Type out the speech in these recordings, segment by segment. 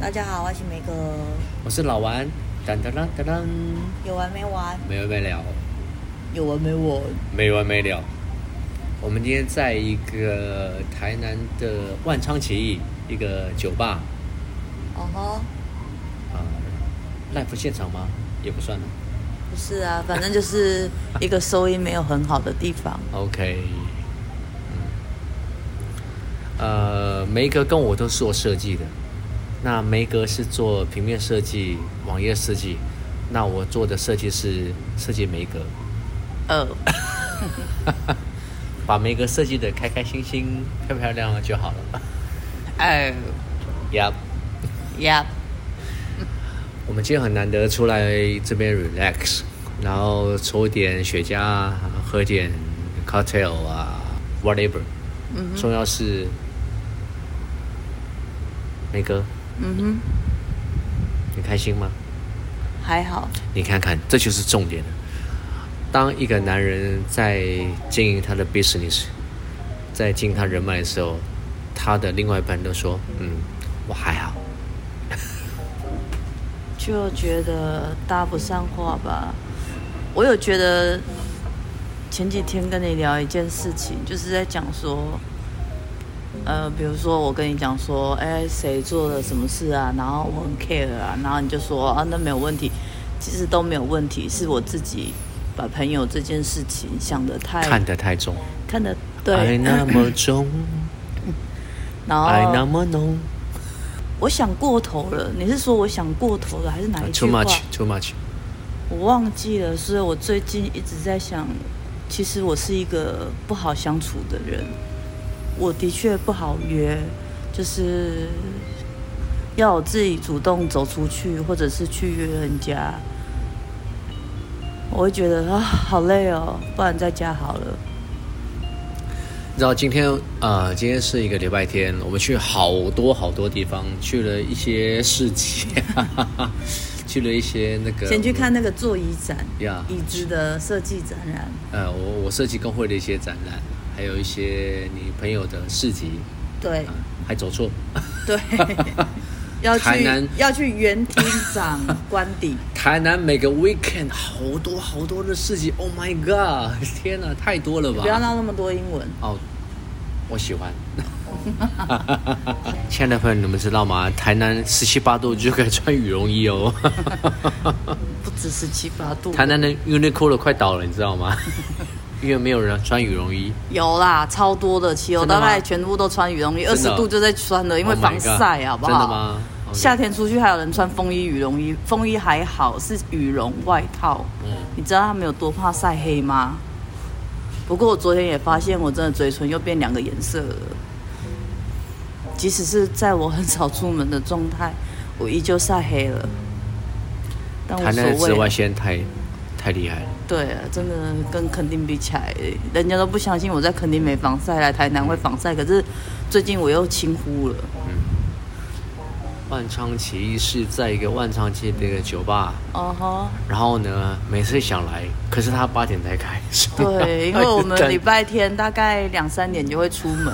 大家好，我是梅哥，我是老王，当当当当当，有完没完？没完没了，有完没完？没完没了。我们今天在一个台南的万昌起义一个酒吧哦吼，啊、l i v e 现场吗？也不算了。不是啊，反正就是一个收音没有很好的地方。 OK，嗯，呃，梅格跟我都是做设计的，那梅格是做平面设计、网页设计，那我做的设计是设计梅格，呃，把梅格设计的开开心心、漂漂亮亮就好了。哎 Yep，呀，我们今天很难得出来这边 relax，然后抽点雪茄啊，喝点 cocktail 啊，whatever，嗯哼，重要是梅格。嗯你开心吗？哼，还好，你看看，这就是重点了。当一个男人在经营他的 business，在经营他人脉的时候，他的另外一半都说：“嗯，我还好。就觉得搭不上话吧。我有觉得前几天跟你聊一件事情，就是在讲说，呃，比如说我跟你讲说，哎，谁做了什么事啊，然后我很 care 啊，然后你就说啊，那没有问题，其实都没有问题，是我自己把朋友这件事情想得太看得太重，看得爱对，哦那么 重，然爱那后么浓。我想过头了，你是说我想过头了，还是哪啊一句 Too 话？ much, too much。我忘记了，所以我最近一直在想，其实我是一个不好相处的人，我的确不好约，就是要我自己主动走出去，或者是去约人家，我会觉得啊好累哦，不然在家好了。然后今天呃，今天是一个礼拜天，我们去好多好多地方，去了一些市集，啊 去了一些那个先去看那个座椅展 Yeah 椅子的设计展览，呃，我我设计工会的一些展览，还有一些你朋友的市集，对啊、还走错。 对，要台南去要去原厅长官 邸。台南每个 weekend 好多好多的市集，Oh my god！天哪，太多了吧？不要闹那么多英文。哦，我喜欢。 亲爱的朋友，你们知道吗？台南十七八度就可以穿羽绒衣哦。 不止十七八度，台南的 Uniqlo 快倒了，你知道吗？ 因为没有人穿羽绒衣。有啦，超多的，汽油真的大吗概全部都穿羽绒衣，二真十的哦度就在穿了，因为 Oh my 防 god，晒，好不好？真的吗？？Oh 夏天出去还有人穿风衣、羽绒衣，风衣还好是羽绒外套。嗯你知道他们有多怕晒黑吗？不过我昨天也发现，我真的嘴唇又变两个颜色了。即使是在我很少出门的状态，我依旧晒黑了。但哦台无南的所紫谓。外线太太厉害了。对啊，真的跟垦丁比起来，人家都不相信我在垦丁没防晒，来台南会防晒。可是最近我又轻忽了，万昌起义是在一个万昌街的一个酒吧，哦吼，然后呢，每次想来，可是他八点才开，对，因为我 们礼拜天大概两三点就会出门，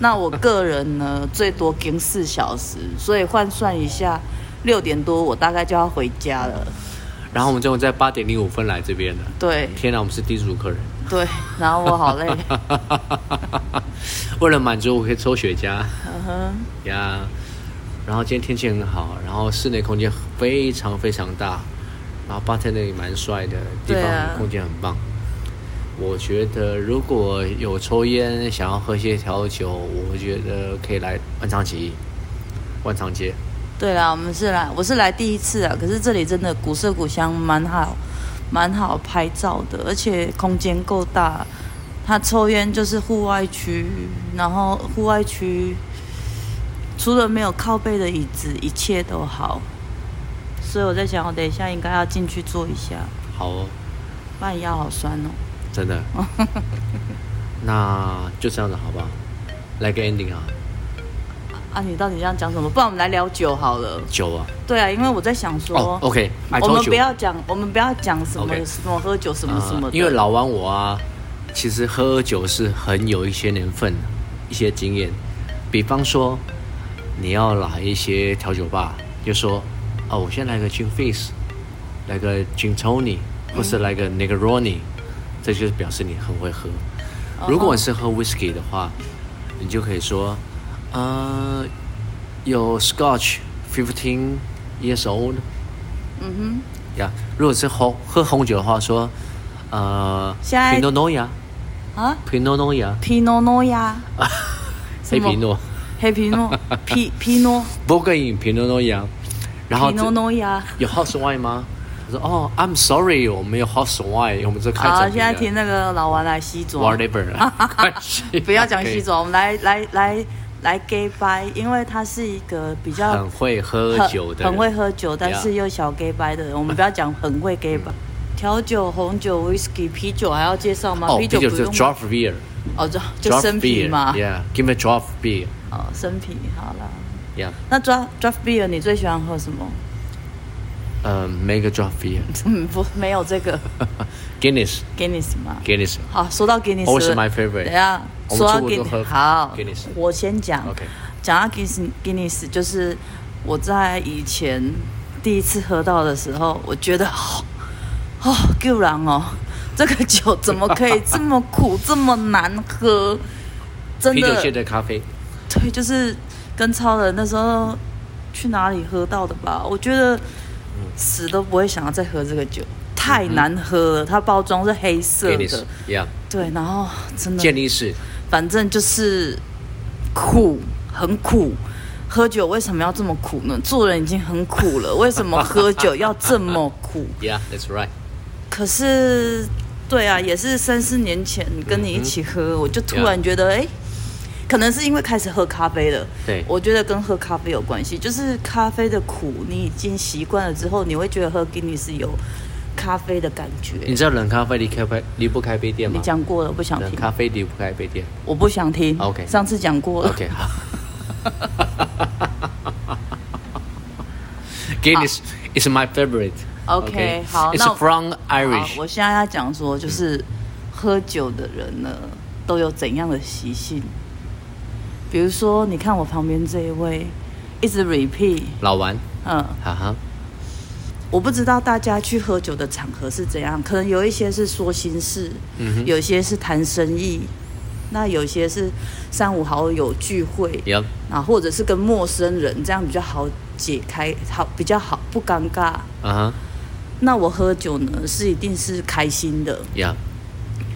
那我个人呢最多跟四小时，所以换算一下，六点多我大概就要回家了。然后我们中午在八点零五分来这边的，对天哪，我们是低俗客人，对，然后我好累， 为了满足我可以抽雪茄 嗯哼，呀，然后今天天气很好，然后室内空间非常非常大，然后吧台那里蛮帅的，地对方、啊空间很棒。我觉得如果有抽烟想要喝些调酒，我觉得可以来万昌起义，万昌街。对啦，我们是来，我是来第一次啊，可是这里真的古色古香，蛮好，蛮好拍照的，而且空间够大。它抽烟就是户外区，然后户外区除了没有靠背的椅子，一切都好。所以我在想，我等一下应该要进去坐一下，好哦，不然腰好酸哦。真的。那就这样子好吧，来个 ending 啊，啊，你到底这样讲什么？不然我们来聊酒好了。酒啊。对啊，因为我在想说哦，OK，I 我 told 们 you 不要讲，我们不要讲什么 OK 什么喝酒什么啊什么的，因为老王我啊，其实喝酒是很有一些年份、一些经验。比方说，你要来一些调酒吧，就说哦，我先来个 gin fizz，来个 gin tony，或是来个 negroni，、这就是表示你很会喝。哦如果你是喝 whisky 的话，你就可以说，呃，有 Scotch fifteen years old，嗯呀、如果是红喝红酒的话，说，呃现在，Pinot Noir。哼，啊，皮诺诺呀，皮诺诺呀，什 黑么皮诺，黑皮诺， 皮皮诺，不可以皮诺诺呀。然后皮这诺诺呀。有 house wine 吗？我说哦，I'm sorry，我们没有 house wine，我们这开好，整现在听那个老王来西装， whatever， 不要 讲西装，装，我们来来来来 gay bye，因为他是一个比较很会喝很酒的人，很会喝酒，但 Yeah 是又小 gay 白的人，我们不要讲很会 gay 白。调酒、红酒、whisky、啤酒还要介绍吗？哦，啤啤酒酒不就用 drop beer，哦，就就生啤嘛。 ，yeah，give me drop 哦，生啤好了。 beer，yeah，那 draft draft beer 你最喜欢喝什么？ 呃，make a drop 嗯，不，没有这个 beer，Guinness，Guinness， Guinness 嘛。好，说到 Guinness， Always my favorite 等一下，我们说到出国都 Guinness，喝好 Guinness 我先讲。 OK 讲到 Guinness Guinness，就是我在以前第一次喝到的时候，我觉得哦，哦，救人哦，这个酒怎么可以这么苦， 这么难喝？真啤酒的界，的咖啡，对，就是跟超人那时候去哪里喝到的吧？我觉得嗯死都不会想要再喝这个酒，太难喝了。它包装是黑色的， ，Guinness，yeah，对，然后真的健力士，反正就是苦，很苦。喝酒为什么要这么苦呢？做人已经很苦了，为什么喝酒要这么 苦？ ，yeah，that's right，可是，对啊，也是三四年前跟你一起喝，嗯我就突然觉得，哎、可能是因为开始喝咖啡了。对我觉得跟喝咖啡有关系，就是咖啡的苦你已经习惯了之后，你会觉得喝 Guinness 是有咖啡的感觉。你知道冷咖啡离开杯离不开杯垫你吗？讲过了，不想冷听，嗯咖啡离不开杯垫。我不想听。 OK 上次讲过了。 OK，好。Guinness is my favorite. Ah OK，好 It's 那我 from 好 Irish. 我现在要讲说，就是喝酒的人呢，都有怎样的习性？比如说，你看我旁边这一位，一直 repeat，老玩，Uh-huh. 嗯，哈哈，我不知道大家去喝酒的场合是怎样，可能有一些是说心事，嗯、有一些是谈生意，那有些是三五好友聚会， yep，啊，或者是跟陌生人，这样比较好解开，好比较好，不尴尬。啊哈那我喝酒呢，是一定是开心的， ，yep。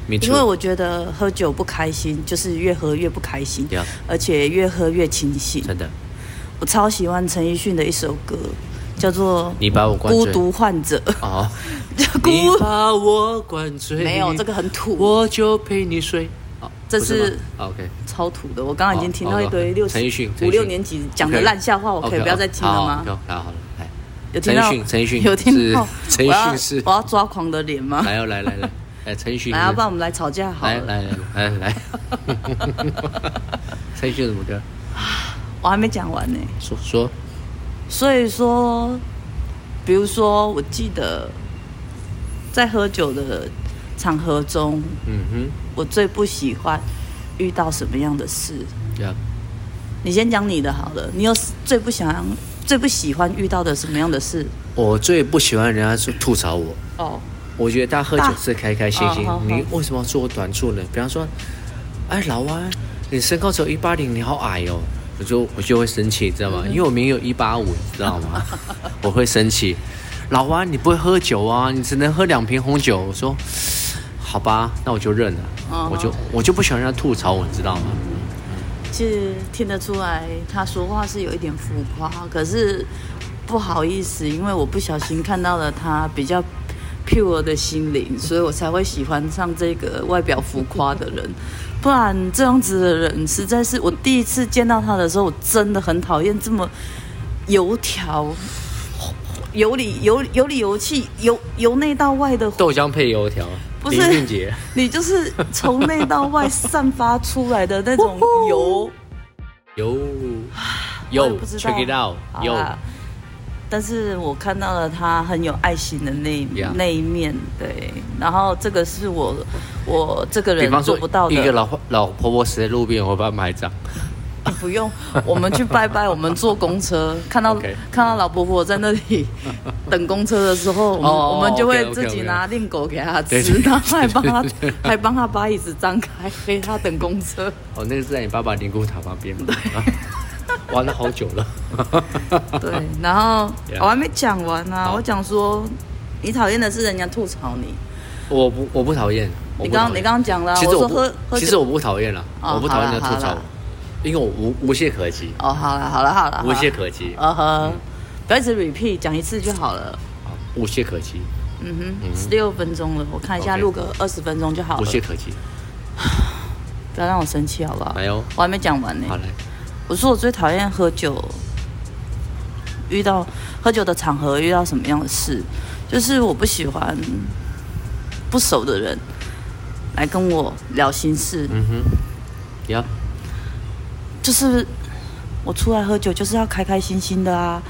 Me 因为 too. 我觉得喝酒不开心，就是越喝越不开心 Yeah 而且越喝越清醒。真的，我超喜欢陈奕迅的一首歌，叫做你把我《灌孤醉。独患者》哦，叫 你孤把我哦灌醉。没有这个很土，我就陪你睡。哦，这不是是吗哦 OK。超土的。我刚刚已经听到一堆哦六陈奕迅陈五奕六迅年级讲的烂笑话，我可以不要再听了吗？好，好，好了，来，有听到陈奕迅陈奕迅有听到 是陈奕迅是我要我要抓狂的脸吗？来哦，来来来，来，陈奕迅。来啊，不然我们来吵架好来了。来来来 来，陈奕迅什么歌？我还没讲完呢。说说，所以说，比如说，我记得在喝酒的场合中，嗯我最不喜欢遇到什么样的事？哼，呀，你先讲你的好了。你有最不想、最不喜欢遇到的什么样的事？我最不喜欢人家说吐槽我，哦，我觉得大家喝大酒是开开心心哦好好，你为什么要说我短处呢？比方说，哎，老安，你身高只有一八零，你好矮哦。我就我就会生气，知道吗？因为我明明有一八五，知道 吗？我会生气。老安，你不会喝酒啊？你只能喝两瓶红酒。我说，好吧，那我就认了。我就我就不喜欢人家吐槽我，你知道吗？其实听得出来，他说话是有一点浮夸，可是不好意思，因为我不小心看到了他比较 pure 的心灵，所以我才会喜欢上这个外表浮夸的人。不然这样子的人，实在是我第一次见到他的时候，我真的很讨厌这么油条、有理有有理有气、由由内到外的豆浆配油条，不林是俊杰。 你就是从内到外散发出来的那种油。有我也有不知道，check it out，好有啦但是我看到了他很有爱心的那一 Yeah 那一面，对。然后这个是我我这个比人方做说不到一个的。老老婆婆死在路边，我会帮她埋葬。你不用，我们去拜拜，我们坐公车，看到 OK 看到老婆婆在那 里等公车的时候，我们、哦我们就会 OK，OK，OK 自己拿令狗给她对吃对， 然后还帮她还帮她把椅子张开，陪她等公车。哦，那个是在你爸爸灵骨塔旁边吗？ 啊玩了好久了。 对，然后 Yeah 我还没讲完呢、啊，好我讲说你讨厌的是人家吐槽你，我不，我不讨厌。我你不刚讨厌你刚刚讲了啊，其实我我说不喝喝其酒实我不讨厌了，哦我不讨厌好啦人家吐好槽啦，因为我无无懈可击，哦，好了好了好了，无懈可击，呃呵，不要一直 repeat，讲一次就好了。好无懈可击，嗯哼，十六分钟了，我看一下 OK 录个二十分钟就好无了。懈可击。不要让我生气好不好？哎呦我还没讲完呢好。来，我说我最讨厌喝酒，遇到喝酒的场合遇到什么样的事，就是我不喜欢不熟的人来跟我聊心事，嗯哼，呀，就是我出来喝酒就是要开开心心的啊，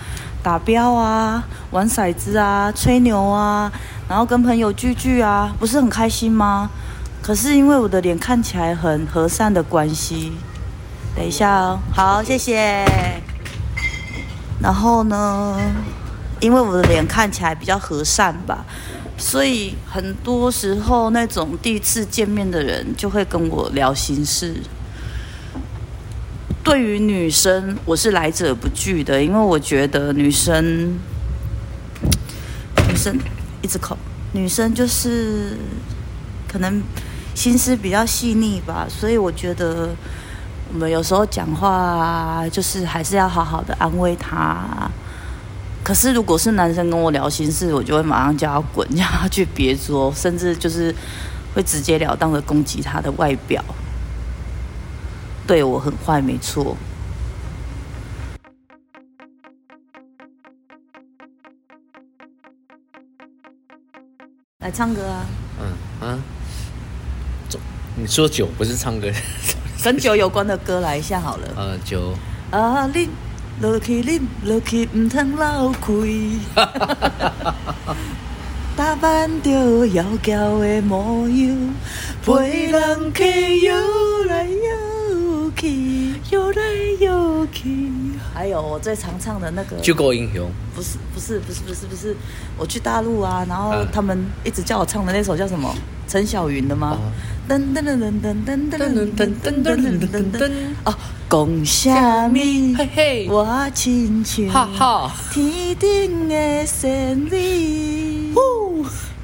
打镖啊，玩骰子啊，吹牛啊，然后跟朋友聚聚啊，不是很开心吗？可是因为我的脸看起来很和善的关系，等一下哦，好，谢谢。然后呢，因为我的脸看起来比较和善吧，所以很多时候那种第一次见面的人就会跟我聊心事。对于女生，我是来者不拒的，因为我觉得女生，女生一直口，女生就是可能心思比较细腻吧，所以我觉得我们有时候讲话啊，就是还是要好好的安慰她啊。可是如果是男生跟我聊心事，我就会马上叫他滚，叫他去别桌，甚至就是会直截了当的攻击他的外表。对我很坏，没错。来唱歌啊，嗯啊，走你说酒不是唱歌，跟酒有关的歌来一下好 了。呃，酒啊，你落去，你落去，唔通漏 开。打扮着妖娇的模样，陪人去游来游去，游来游去。还有哎我最常唱的那个，就够英雄，不是不是不是不是不是，我去大陆啊，然后嗯他们一直叫我唱的那首叫什么？陈小云的吗？噔噔噔噔噔噔噔噔噔噔噔噔噔噔哦，讲啥物？嗯嘿嘿，我亲像哈哈，天顶的仙女，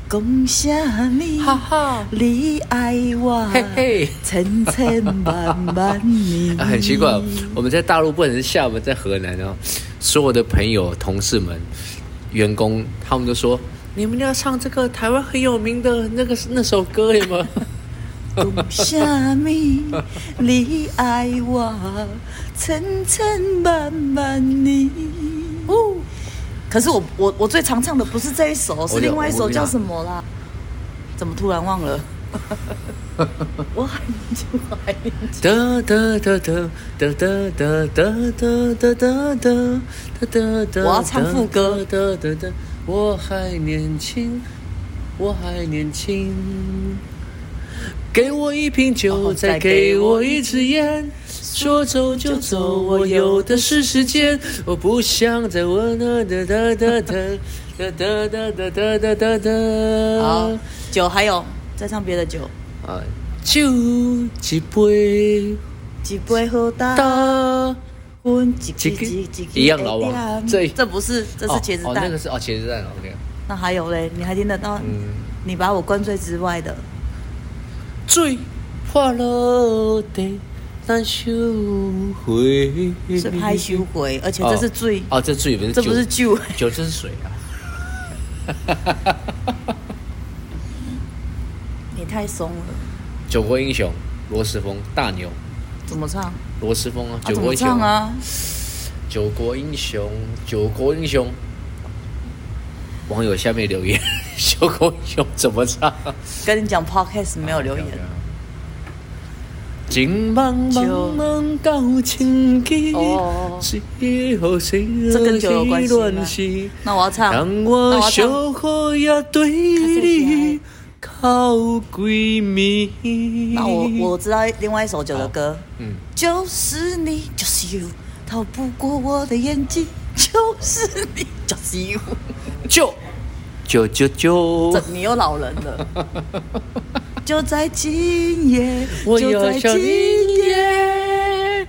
讲啥哈物？哈，你爱我嘿嘿。。千千万万年啊，很奇怪，我们在大陆，不管是厦门，在河南啊，所有的朋友、同事们、员工，他们都说你们要唱这个台湾很有名的那个那首歌，有没有？讲什么？你爱我千千万万年。哦，可是我我我最常唱的不是这一首，是另外一首叫什么啦？怎么突然忘了？我喊你就喊你，哒哒哒哒哒哒哒哒哒哒哒哒哒哒。我要唱副歌哒哒哒，我还年轻，我还年轻。给我一瓶酒，哦再再给给我我一支烟，说走就走，我有的是时间。我不想再问了，哒哒哒哒哒哒哒哒哒哒哒。好，酒还有再唱别的酒，啊，酒一杯，一杯好大，哒。滚一支一支一支一样的好不好的这这不是这是茄子哦哦，那蛋个，是哦茄子蛋，OK。那还有嘞？你还听得到？嗯，你把我灌醉之外的。水破落地，咱收回。是拍羞回，而且这是最，哦，这醉不是这不是酒，酒，酒这是水啊。 你太松了。酒国英雄罗时丰大牛怎么唱？啊，罗时丰啊，酒怎国么英雄唱，啊？酒国英雄，啊酒国英雄。网友下面留言， 酒国英雄怎么唱？跟你讲，podcast 没有留言，情茫茫茫到千里哦，只好谁这跟酒有关系吗乱世那我要唱。让那我我要唱小可也对你靠嗯闺蜜。那我我知道另外一首酒的歌，嗯，就是你，就是 you，逃不过我的眼睛，就是你，就是 you。就就就就这，你又老人了。 就在今夜，我就要在向今你夜。耶，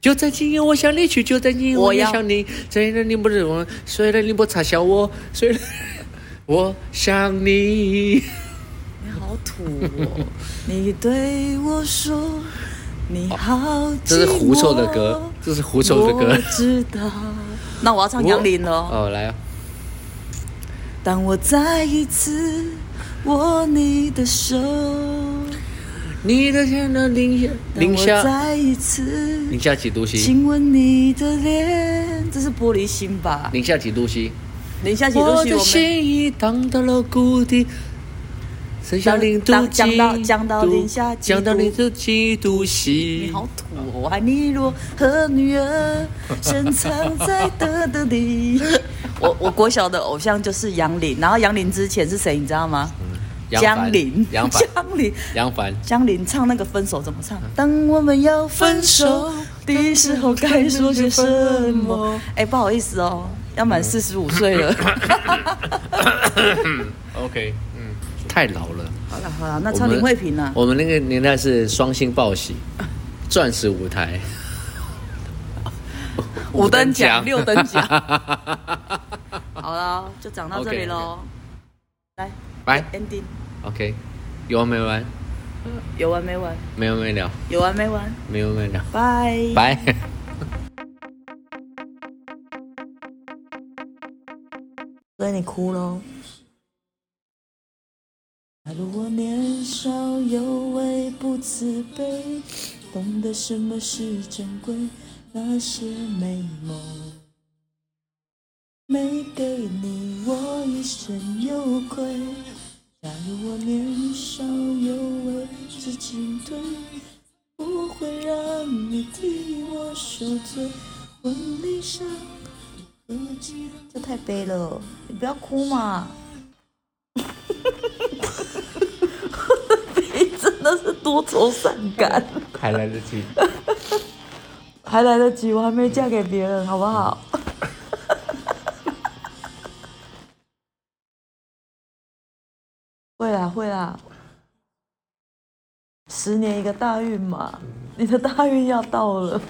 就在今夜我想你去，就在今夜我我也要想你，虽然你不是我，虽然你不嘲笑我，虽然我想你。你好土哦！你对我说，你好寂寞。哦这是狐臭的歌这是狐臭的歌我知道。那我要唱杨林了哦。哦，来啊，当我再一次握你的手，你的天呢，零下当零我下再一次零下几度 C？亲吻你的脸，这是玻璃心吧？零下几度 C？等一下，写我东西的我们心已荡到了谷底，剩下当零度当降几到降到零下几降到度零度几度你西？好土哦！我爱你若和女儿深藏在德德 里。我我国小的偶像就是杨林，然后杨林之前是谁你知道吗？嗯杨江凡林，杨凡江林，杨凡，江林唱那个分手怎么唱？当我们要分手的时候，该说些什么？哎，不好意思哦，要满四十五岁 了。 ，OK，嗯，太老了。好了好了，那我唱们林慧萍啊，我们那个年代是双星 报喜，钻石舞台，五等奖、五六 等 奖。好了，就讲到这里喽。来来，ending， ，OK，有完没完？有完没完？没完没了，有完没完？没完没了，拜。 拜。所以你哭喽。假如我年少有为不自卑，懂得什么是珍贵，那些美梦没给你，我一生有愧。假如我年少有为是进退，不会让你替我受罪。婚礼上这太悲了，你不要哭嘛！悲真的是多愁善感，还来得及，还来得及，我还没嫁给别人，好不好？ 会啦会啦，十年一个大运嘛，你的大运要到了。